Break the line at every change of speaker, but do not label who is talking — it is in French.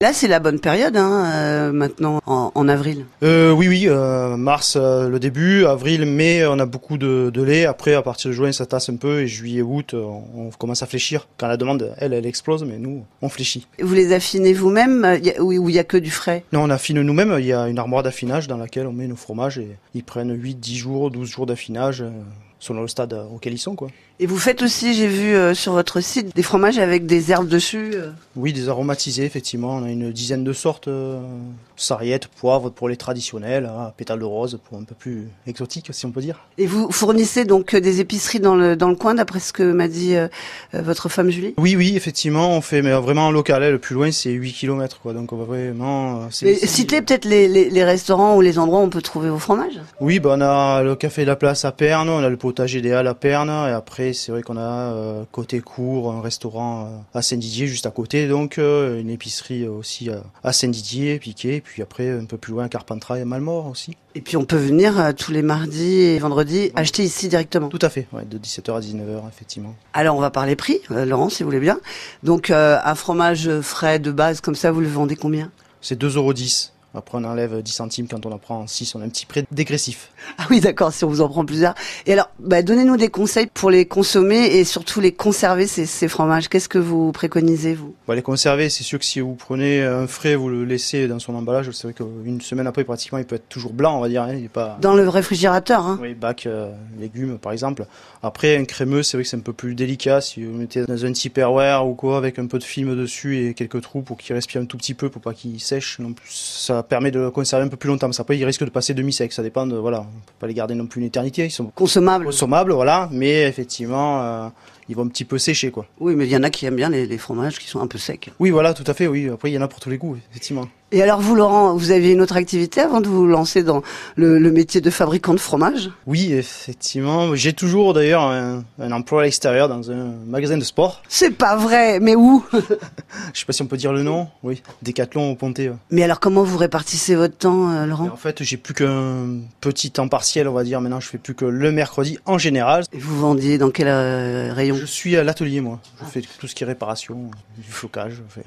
Là, c'est la bonne période, hein, euh, maintenant, en, en avril.
Euh, oui, oui, euh, mars euh, le début, avril, mai, on a beaucoup de, de lait. Après, à partir de juin, ça tasse un peu et juillet, août, euh, on, on commence à fléchir. Quand la demande, elle, elle explose, mais nous, on fléchit.
Vous les affinez vous-même euh, y a- ou ou il y a que du frais
Non, on affine nous-mêmes. Il y a une armoire d'affinage dans laquelle on met nos fromages et ils prennent 8, 10 jours, 12 jours d'affinage euh, selon le stade euh, auquel ils sont, quoi.
Et vous faites aussi, j'ai vu euh, sur votre site, des fromages avec des herbes dessus. euh.
Oui, des aromatisés, effectivement. On a une dizaine de sortes. Euh, sarriette, poivre pour les traditionnels, hein, pétales de rose pour un peu plus exotique, si on peut dire.
Et vous fournissez donc euh, des épiceries dans le, dans le coin, d'après ce que m'a dit euh, euh, votre femme Julie
Oui, oui, effectivement, on fait mais vraiment en local. hein, Le plus loin, c'est 8 km, quoi. Donc, on va vraiment. euh, c'est
Mais
ici.
citez peut-être les, les- les restaurants ou les endroits où on peut trouver vos fromages.
Oui, bah, on a le café de la place à Perne, on a le potager des Halles à Perne, et après, c'est vrai qu'on a euh, côté court un restaurant euh, à Saint-Didier, juste à côté, donc euh, une épicerie euh, aussi euh, à Saint-Didier, Piquet, puis après, un peu plus loin, Carpentras et Malmort aussi.
Et puis on peut venir euh, tous les mardis et vendredis acheter ici directement.
Tout à fait, ouais, de 17h à 19h, effectivement.
Alors on va parler prix, euh, Laurent, si vous voulez bien. Donc euh, un fromage frais de base comme ça, vous le vendez combien
C'est 2,10€. Après, on enlève 10 centimes quand on en prend 6, on a un petit prêt dégressif.
Ah oui, d'accord, si on vous en prend plusieurs. Et alors, bah, donnez-nous des conseils pour les consommer et surtout les conserver, ces, ces fromages. Qu'est-ce que vous préconisez, vous
Bon, les conserver, c'est sûr que si vous prenez un frais, vous le laissez dans son emballage, c'est vrai qu'une semaine après, pratiquement, il peut être toujours blanc, on va dire. hein, il est pas...
Dans le réfrigérateur, hein
Oui, bac, euh, légumes par exemple. Après, un crémeux, c'est vrai que c'est un peu plus délicat. Si vous mettez dans un Tupperware ou quoi, avec un peu de film dessus et quelques trous pour qu'il respire un tout petit peu, pour pas qu'il sèche non plus. Ça permet de le conserver un peu plus longtemps. Parce qu'après, il risque de passer demi-sec. Ça dépend de, voilà, on peut pas les garder non plus une éternité. Ils sont
Consommable.
consommables, voilà, mais effectivement, euh, ils vont un petit peu sécher, quoi.
Oui, mais il y en a qui aiment bien les, les fromages qui sont un peu secs.
Oui, voilà, tout à fait, oui. Après, il y en a pour tous les goûts, effectivement.
Et alors, vous, Laurent, vous aviez une autre activité avant de vous lancer dans le, le métier de fabricant de fromage
Oui, effectivement. J'ai toujours, d'ailleurs, un, un emploi à l'extérieur dans un magasin de sport.
C'est pas vrai, mais où
Je sais pas si on peut dire le nom, oui. Décathlon au Ponté. ouais.
Mais alors, comment vous répartissez votre temps, euh,
Et
Laurent
en fait, j'ai plus qu'un petit temps partiel, on va dire. Maintenant, je fais plus que le mercredi en général.
Et vous vendiez dans quel euh, rayon
Je suis à l'atelier, moi. Je fais tout ce qui est réparation, du flocage. je fais.